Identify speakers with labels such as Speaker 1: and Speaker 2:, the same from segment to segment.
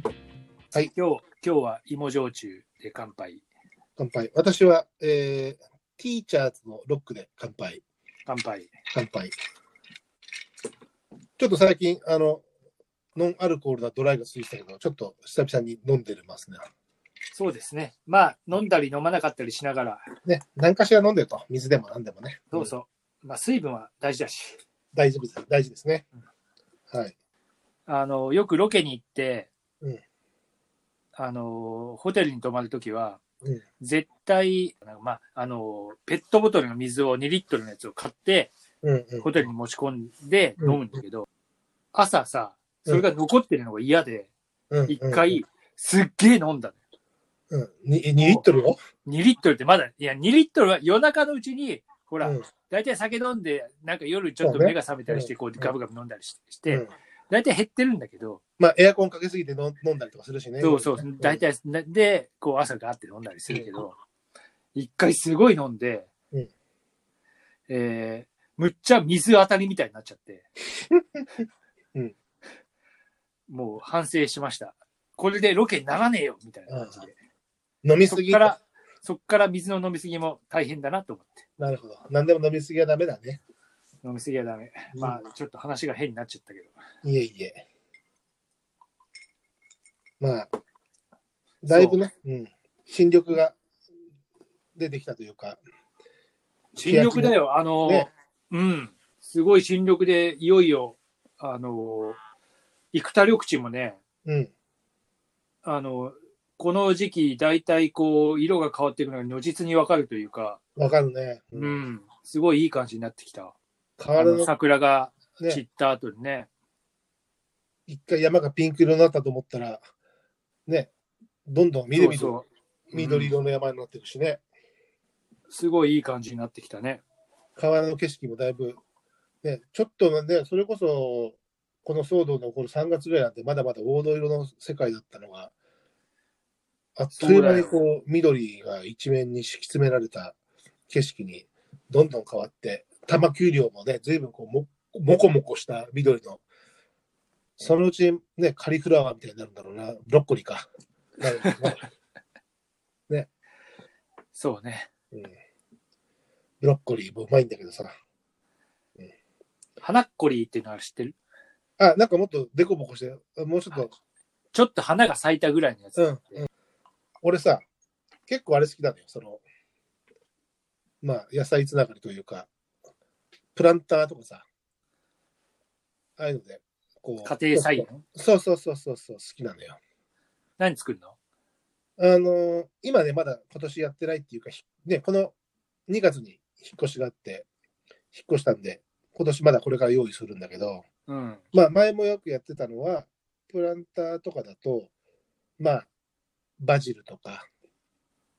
Speaker 1: はい
Speaker 2: 今日、今日は芋焼酎で乾杯。
Speaker 1: 乾杯。私は、えー、ティーチャーズのロックで乾杯。
Speaker 2: 乾杯。
Speaker 1: 乾杯。ちょっと最近、あの、ノンアルコールなドライがついてたけど、ちょっと久々に飲んでますね。
Speaker 2: そうですね。まあ、飲んだり飲まなかったりしながら、
Speaker 1: ね、何かしら飲んでると。水でも何でもね。
Speaker 2: どうぞ。まあ、水分は大事だし。
Speaker 1: 大丈夫です。大事ですね。はい。
Speaker 2: あの、よくロケに行って、
Speaker 1: うん
Speaker 2: あの、ホテルに泊まるときは、
Speaker 1: うん
Speaker 2: 絶対、まあ、あの、ペットボトルの水を2リットルのやつを買って、
Speaker 1: うんうん。
Speaker 2: ホテルに持ち込んで飲むんだけど、朝さ、
Speaker 1: うん
Speaker 2: それが残ってるのが嫌で、
Speaker 1: うん
Speaker 2: 一、回、すっげえ飲んだ
Speaker 1: うんうん。に2リットルを
Speaker 2: の。2リットルってまだ、いや、2リットルは夜中のうちに、ほら、
Speaker 1: うん
Speaker 2: 大体酒飲んで、なんか夜ちょっと目が覚めたりして、こうガブガブ飲んだりしして、
Speaker 1: うん
Speaker 2: 大体減ってるんだけど、
Speaker 1: まあ、エアコンかけすぎて飲飲んだりとかするしね。
Speaker 2: そうそう
Speaker 1: 夜ね、
Speaker 2: 大。体、なで、こう朝ガーって飲んだりするけど、一回すごい飲んで、
Speaker 1: うん
Speaker 2: えーむっちゃ水当たりみたいになっちゃって、
Speaker 1: うん
Speaker 2: もう反省しました。これでロケにならねえよみたいな感じで。
Speaker 1: 飲み
Speaker 2: そ
Speaker 1: す
Speaker 2: っ
Speaker 1: ぎ
Speaker 2: か。ら、そっから水の飲みすぎも大変だなと思って。
Speaker 1: なるほど。何でも飲みすぎはダメだね。
Speaker 2: 飲みすぎはダ メ。まあ、ちょっと話が変になっちゃったけど。
Speaker 1: いえいえ。まあ、だいぶね、うん。新緑が出てきたというか。
Speaker 2: 新緑だよ。あの、
Speaker 1: ね
Speaker 2: うん。すごい新緑で、いよいよ、あの、生田緑地もね、
Speaker 1: うん。
Speaker 2: あの、この時期、だいたいこう、色が変わっていくのが如実にわかるというか、
Speaker 1: わかるね。
Speaker 2: う
Speaker 1: うん
Speaker 2: ん、すごいいい感じになってきた。
Speaker 1: 河原
Speaker 2: あの
Speaker 1: の
Speaker 2: 桜が散
Speaker 1: ね、
Speaker 2: った後にね、
Speaker 1: 一回山がピンク色になったと思ったら、ね、どんどん緑
Speaker 2: そうそう
Speaker 1: 緑色の山になってるしね。
Speaker 2: すごいいい感じになってきたね。
Speaker 1: 河原の景色もだいぶ、ね、ちょっとね、それこそ、この騒動の起こる3月ぐらいなんて、まだまだ黄土色の世界だったのが、あっという間に
Speaker 2: そう
Speaker 1: こう、緑が一面に敷き詰められた景色にどんどん変わって、多摩丘陵もね、随分こうも、もこもこした緑の、そのうちね、カリフラワーみたいになるんだろうな、ブロッコリーか。なるんだろうな
Speaker 2: そうね。
Speaker 1: うんブロッコリーもうまいんだけどさ。
Speaker 2: 花っこりっていうのは知ってる
Speaker 1: あ、なんかもっとデコボコして、もうちょっと
Speaker 2: ちょっと花が咲いたぐらいのやつ。
Speaker 1: うん俺さ、結構あれ好きなのよ、その、まあ、野菜つながりというか、プランターとかさ、ああいうので、こう。
Speaker 2: 家庭菜園。
Speaker 1: そうそうそうそうそう、好きなのよ。
Speaker 2: 何作るの
Speaker 1: あのー今ね、まだ今年やってないっていうか、ひね、この2月に引っ越しがあって、引っ越したんで、今年まだこれから用意するんだけど、
Speaker 2: うん。
Speaker 1: まあ、前もよくやってたのは、プランターとかだと、まあ、バジルとか、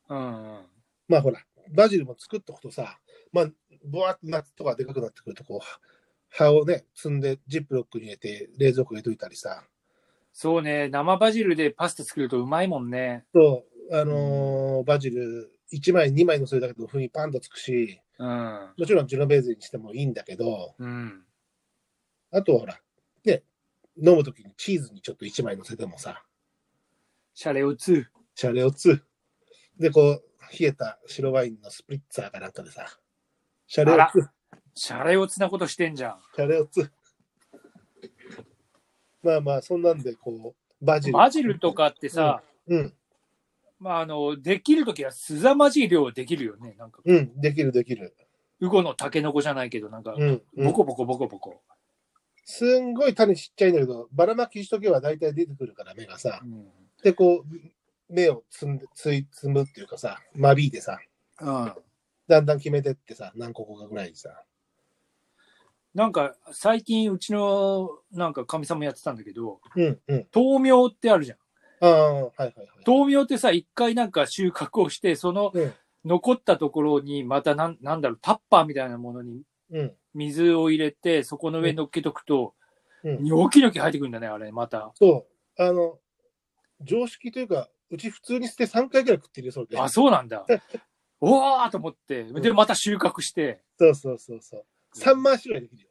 Speaker 2: うんうん。
Speaker 1: まあほら、バジルも作っとくとさ、まあ、ぼわっと夏とかでかくなってくると、こう、葉をね、摘んで、ジップロックに入れて、冷蔵庫に入れといたりさ、
Speaker 2: そうね。生バジルでパスタ作るとうまいもんね。
Speaker 1: そう、あのーバジル、1枚、2枚のそれだけど、風味パンとつくし、
Speaker 2: うん。
Speaker 1: もちろんジュノベーゼにしてもいいんだけど、
Speaker 2: うん。
Speaker 1: あとはほら、ね、飲むときにチーズにちょっと1枚乗せてもさ、
Speaker 2: シャレオツ。
Speaker 1: シャレオツ。で、こう、冷えた白ワインのスプリッツァーかなんかでさ、シャレオ
Speaker 2: あら
Speaker 1: ツ。
Speaker 2: シャレオツなことしてんじゃん。
Speaker 1: キャレオツ。まあまあ、そんなんで、こう、バジル。
Speaker 2: バジルと。かってさ、
Speaker 1: うん、
Speaker 2: まあ、あの、できるときはすざまじい量できるよね。なんか、
Speaker 1: うん、できるできる。
Speaker 2: ウゴのタケノコじゃないけど、なんか、
Speaker 1: うん、う
Speaker 2: ボ
Speaker 1: ん。
Speaker 2: コボコボコボコ。
Speaker 1: すんごい種ちっちゃいんだけど、ばらまきしとけば大体出てくるから、芽がさ
Speaker 2: う。ん。
Speaker 1: で、こう、芽を摘んで、つい、摘むっていうかさ、間引いてさ、
Speaker 2: うん、
Speaker 1: だんだん決めてってさ、何個かぐらいにさ。
Speaker 2: なんか、最近、うちの、なんか、かみさんもやってたんだけど、
Speaker 1: うん、うん。
Speaker 2: 豆苗ってあるじゃん。
Speaker 1: ああ、はいはいはい。
Speaker 2: 豆苗ってさ、一回なんか収穫をして、その
Speaker 1: うん
Speaker 2: 残ったところに、またなん、なんだろう、タッパーみたいなものに
Speaker 1: うん。
Speaker 2: 水を入れて、そこの上に乗っけとくと、
Speaker 1: うん
Speaker 2: ニョキニョキ生えてくるんだね、あれ、また。
Speaker 1: そう、あの、常識というか、うち普通に捨て3回ぐらい食ってるよ、それで。
Speaker 2: あ、そうな んだ。おーと思って、で、
Speaker 1: うん
Speaker 2: また収穫して。
Speaker 1: そうそうそうそう。3回しぐらいできるよ。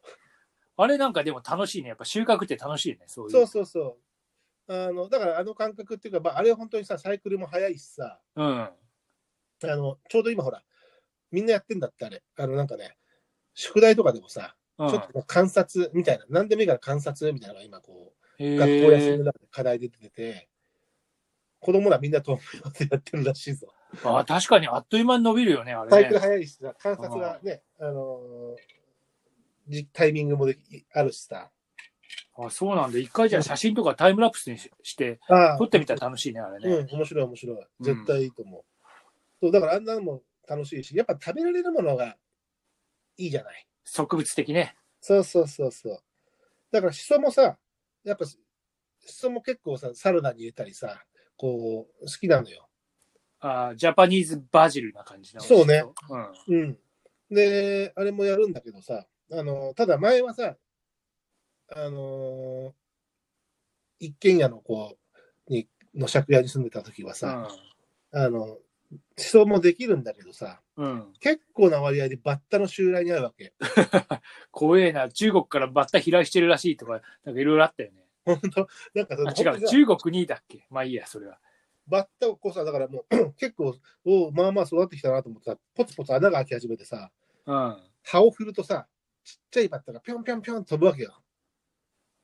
Speaker 2: あれなんかでも楽しいね。やっぱ収穫って楽しいね。そういう。
Speaker 1: そうそうそう。あの、だからあの感覚っていうか、まあ、あれは本当にさ、サイクルも速いしさ、
Speaker 2: うん。
Speaker 1: あの、ちょうど今ほら、みんなやってんだってあれ。あの、なんかね、宿題とかでもさ、
Speaker 2: う
Speaker 1: ちょ
Speaker 2: ん
Speaker 1: っとこう観察みたいな、何でもいいから観察みたいなのが今こう、
Speaker 2: へ
Speaker 1: 学校休み
Speaker 2: ー
Speaker 1: の中で課題で出てて、子供らみんなと思ってやってるらしいぞ。
Speaker 2: あ確かにあっという間に伸びるよね、あ
Speaker 1: サイ
Speaker 2: れ
Speaker 1: クル
Speaker 2: ね。
Speaker 1: 早いしさ、観察がね、あのーじタイミングもできあるしさ。
Speaker 2: あそうなんだ。一回じゃあ写真とかタイムラプスにしして、
Speaker 1: あ
Speaker 2: 撮ってみたら楽しいね、あれ
Speaker 1: う
Speaker 2: ね。
Speaker 1: ん、面白い面白い。絶対いいと思う。そう、だからあんなのも楽しいし、やっぱ食べられるものがいいじゃない。
Speaker 2: 植物的ね。
Speaker 1: そうそうそうそう。だからしそもさ、やっぱしそも結構さ、サラダに入れたりさ、こう、好きなのよ。
Speaker 2: あジャパニーズバジルな感じだ
Speaker 1: そうね。
Speaker 2: うん。
Speaker 1: うん。で、あれもやるんだけどさ、あの、ただ前はさ、あのー一軒家のこう、に、の借家に住んでた時はさ、あの、思想もできるんだけどさ、
Speaker 2: うん。うん。
Speaker 1: 結構な割合でバッタの襲来にあうわけ。
Speaker 2: 怖えな。中国からバッタ飛来してるらしいとか、なんかいろいろあったよね。
Speaker 1: 本当なんかそ
Speaker 2: あ
Speaker 1: の、本
Speaker 2: 違
Speaker 1: 当
Speaker 2: う。
Speaker 1: にさ
Speaker 2: 中国にだっけまあいいや、それは。
Speaker 1: バッタをこうさ、だからもう 結構、おうまあまあ育ってきたなと思ってさ、ポツポツ穴が開き始めてさ、
Speaker 2: う
Speaker 1: 葉を振るとさ、ちっちゃいバッタがぴょんぴょんぴょん飛ぶわけよ。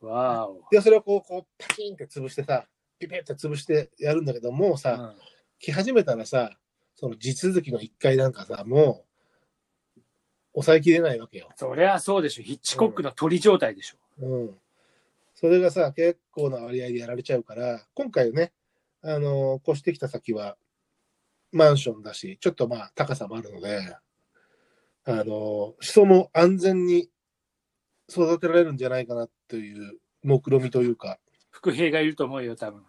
Speaker 2: ん。わーお。
Speaker 1: で、それをこう、こうパキンって潰してさ、ピペって潰してやるんだけど、もうさ、
Speaker 2: うん
Speaker 1: 来始めたらさ、その地続きの一回なんかさ、もう、抑えきれないわけよ。
Speaker 2: そりゃそうでしょ。ヒッチコックの鳥状態でしょ。
Speaker 1: うん。それがさ、結構な割合でやられちゃうから、今回ね、あの越してきた先は、マンションだし、ちょっとまあ、高さもあるので、あの思想も安全に育てられるんじゃないかなという、目論みというか、
Speaker 2: 副兵がいると思うよ、多分。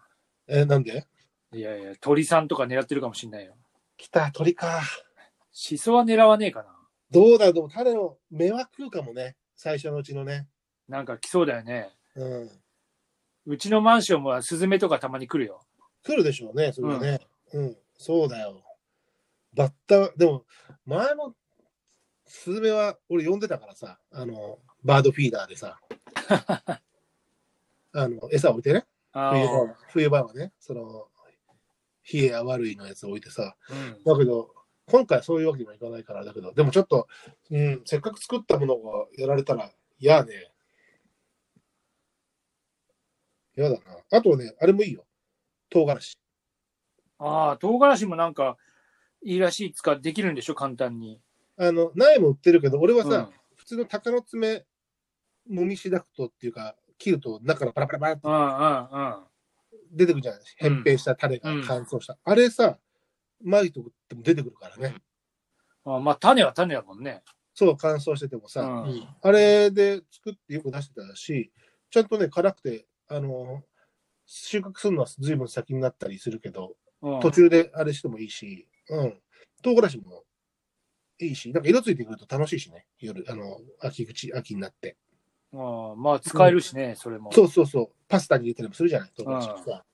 Speaker 1: え、なんで
Speaker 2: いやいや、鳥さんとか狙ってるかもしんないよ。
Speaker 1: 来た、鳥か。
Speaker 2: シソは狙わねえかな。
Speaker 1: どうだろう、彼の目は食うかもね、最初のうちのね。
Speaker 2: なんか来そうだよね。
Speaker 1: うん。
Speaker 2: うちのマンションもスズメとかたまに来るよ。
Speaker 1: 来るでしょうね、それはね。うん、そうだよ。バッタ、でも、前も、スズメは俺呼んでたからさ、あの、バードフィーダーで さ、あの、餌置いてね、
Speaker 2: あ
Speaker 1: 冬
Speaker 2: あ
Speaker 1: 場、冬場はね、その、冷えや悪いのやつ置いてさ、
Speaker 2: うん、
Speaker 1: だけど、今回そういうわけにもいかないから、だけど、でもちょっと、うん、せっかく作ったものがやられたら嫌ね。嫌だな。あとね、あれもいいよ。唐辛子。
Speaker 2: ああ、唐辛子もなんかいいらしい使いできるんでしょ、簡単に。
Speaker 1: あの、苗も売ってるけど、俺はさ、
Speaker 2: うん
Speaker 1: 普通の鷹の爪、もみしだくとっていうか、切ると中からパラパラパラって
Speaker 2: うんうんうん。
Speaker 1: 出てくるじゃない
Speaker 2: うん
Speaker 1: 扁平したタレが
Speaker 2: うん
Speaker 1: 乾燥した。あれさ、まいとくっても出てくるからね。
Speaker 2: あまあ、種は種だもんね。
Speaker 1: そう、乾燥しててもさ、
Speaker 2: うん
Speaker 1: うんあれで作ってよく出してたし、ちゃんとね、辛くて、あの、収穫するのは随分先になったりするけど、
Speaker 2: うん、
Speaker 1: 途中であれしてもいいし、うん。唐辛子もいいし、なんか色ついてくると楽しいしね、夜、あの、秋口、秋になって。
Speaker 2: ああまあ、使えるしね、それも。
Speaker 1: そうそうそう、パスタに入れたりもするじゃない、唐辛子ってさ。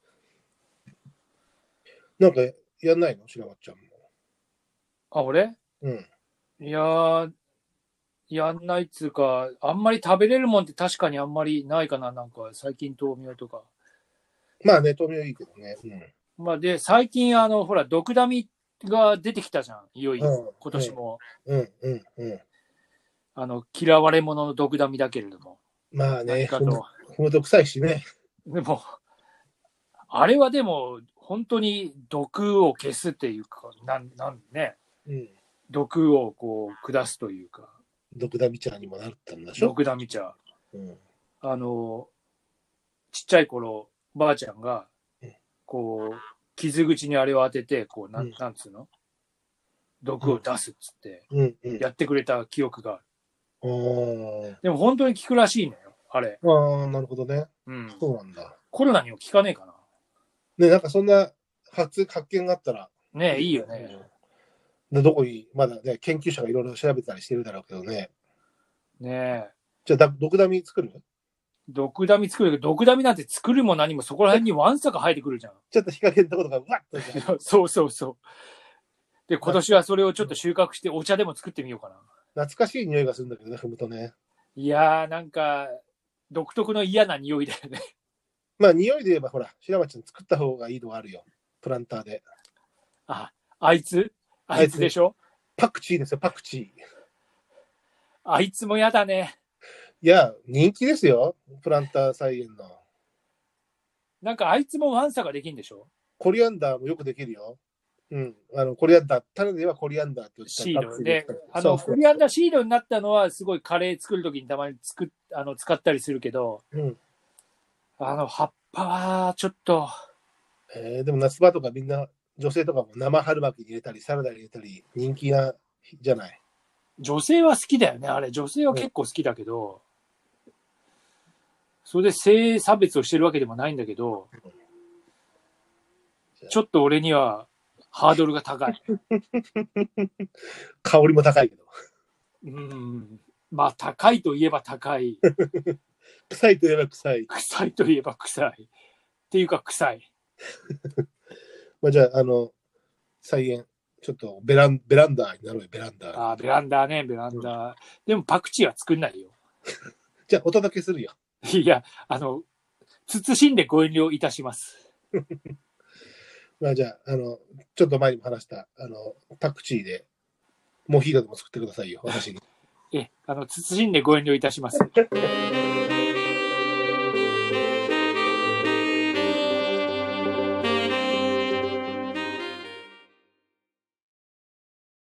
Speaker 1: なんか、やんないの白川ちゃんも。
Speaker 2: あ、俺
Speaker 1: うん。
Speaker 2: いやー、やんないっつうか、あんまり食べれるもんって確かにあんまりないかな、なんか最近豆苗とか。
Speaker 1: まあね、豆苗いいけどね。うん。
Speaker 2: まあ、で、最近、あの、ほら、毒ダミが出てきたじゃん、いよい
Speaker 1: うん
Speaker 2: よ、今年も。
Speaker 1: うん、うん、うん。
Speaker 2: あの、嫌われ者の毒ダミだけれども。
Speaker 1: まあね、
Speaker 2: 何
Speaker 1: ほ
Speaker 2: か
Speaker 1: ん
Speaker 2: と。
Speaker 1: ほんと臭いしね。
Speaker 2: でも、あれはでも、本当に毒を消すっていうか、なん、なんね、
Speaker 1: うん。
Speaker 2: 毒をこう、下すというか、
Speaker 1: 毒ダミちゃんにもなったんでしょ、
Speaker 2: 毒ダミ茶。
Speaker 1: うん、
Speaker 2: あの、ちっちゃい頃、ばあちゃんが
Speaker 1: うん、
Speaker 2: こう、傷口にあれを当てて、こう、な
Speaker 1: うんん
Speaker 2: なんつうの毒を出すっつって、
Speaker 1: うん、うん。
Speaker 2: やってくれた記憶がある。
Speaker 1: あー
Speaker 2: でも本当に効くらしいのよ、あれ。
Speaker 1: あー、なるほどね。
Speaker 2: うん。
Speaker 1: そうなんだ。
Speaker 2: コロナにも効かねえかな。
Speaker 1: ね、なんかそんな発発見があったら。
Speaker 2: ねえ、いいよね。
Speaker 1: うん。でどこに、まだね、研究者がいろいろ調べたりしてるだろうけどね。
Speaker 2: ねえ。
Speaker 1: じゃあ、だ毒ダミ作る
Speaker 2: 毒ダミ作るけど、毒ダミなんて作るも何もそこら辺にワンサか生えてくるじゃん。
Speaker 1: ちょっと火加減のことがわっとじゃ
Speaker 2: そうそうそう。で、今年はそれをちょっと収穫してお茶でも作ってみようかな。
Speaker 1: 懐かしい匂いがするんだけどね、踏むとね。
Speaker 2: いやー、なんか、独特の嫌な匂いだよね。
Speaker 1: まあ、匂いで言えば、ほら、白町の作った方がいいのはあるよ。プランターで。
Speaker 2: あ、あいつあ
Speaker 1: あい
Speaker 2: い
Speaker 1: つ
Speaker 2: つでしょ
Speaker 1: パクチーですよ、パクチー。
Speaker 2: あいつもやだね。
Speaker 1: いや、人気ですよ。プランター菜園の。
Speaker 2: なんかあいつもワンサができんでしょ
Speaker 1: コリアンダーもよくできるよ。うん。あの、コリアンダー、種ではコリアンダーって言
Speaker 2: シー
Speaker 1: パ
Speaker 2: ド
Speaker 1: クチー
Speaker 2: で
Speaker 1: すから。
Speaker 2: あ
Speaker 1: そ
Speaker 2: の、
Speaker 1: うそう
Speaker 2: コリアンダーシードになったのは、すごいカレー作るときにたまに作っあの使ったりするけど、
Speaker 1: うん。
Speaker 2: あの、葉っぱは、ちょっと、
Speaker 1: えーでも夏場とかみんな、女性とかも生春巻きに入れたり、サラダに入れたり、人気な、じゃない。
Speaker 2: 女性は好きだよね。あれ、女性は結構好きだけど、それで性差別をしてるわけでもないんだけど、ちょっと俺にはハードルが高い。
Speaker 1: 香りも高いけど。
Speaker 2: うん。まあ、高いといえば高い。
Speaker 1: 臭いといえば臭い。
Speaker 2: 臭いといえば臭い。っていうか、臭い。
Speaker 1: まあ、じゃあ、あの、菜園、ちょっとベラン、ベランダーになろうよ、ベランダー。
Speaker 2: ああ、ベランダね、ベランダ。でも、パクチーは作んないよ。
Speaker 1: じゃあ、お届けするよ。
Speaker 2: いや、あの、慎んでご遠慮いたします。
Speaker 1: まあ、じゃあ、あの、ちょっと前にも話した、あの、パクチーで、モヒートでも作ってくださいよ、私に。
Speaker 2: え、あの、慎んでご遠慮いたします。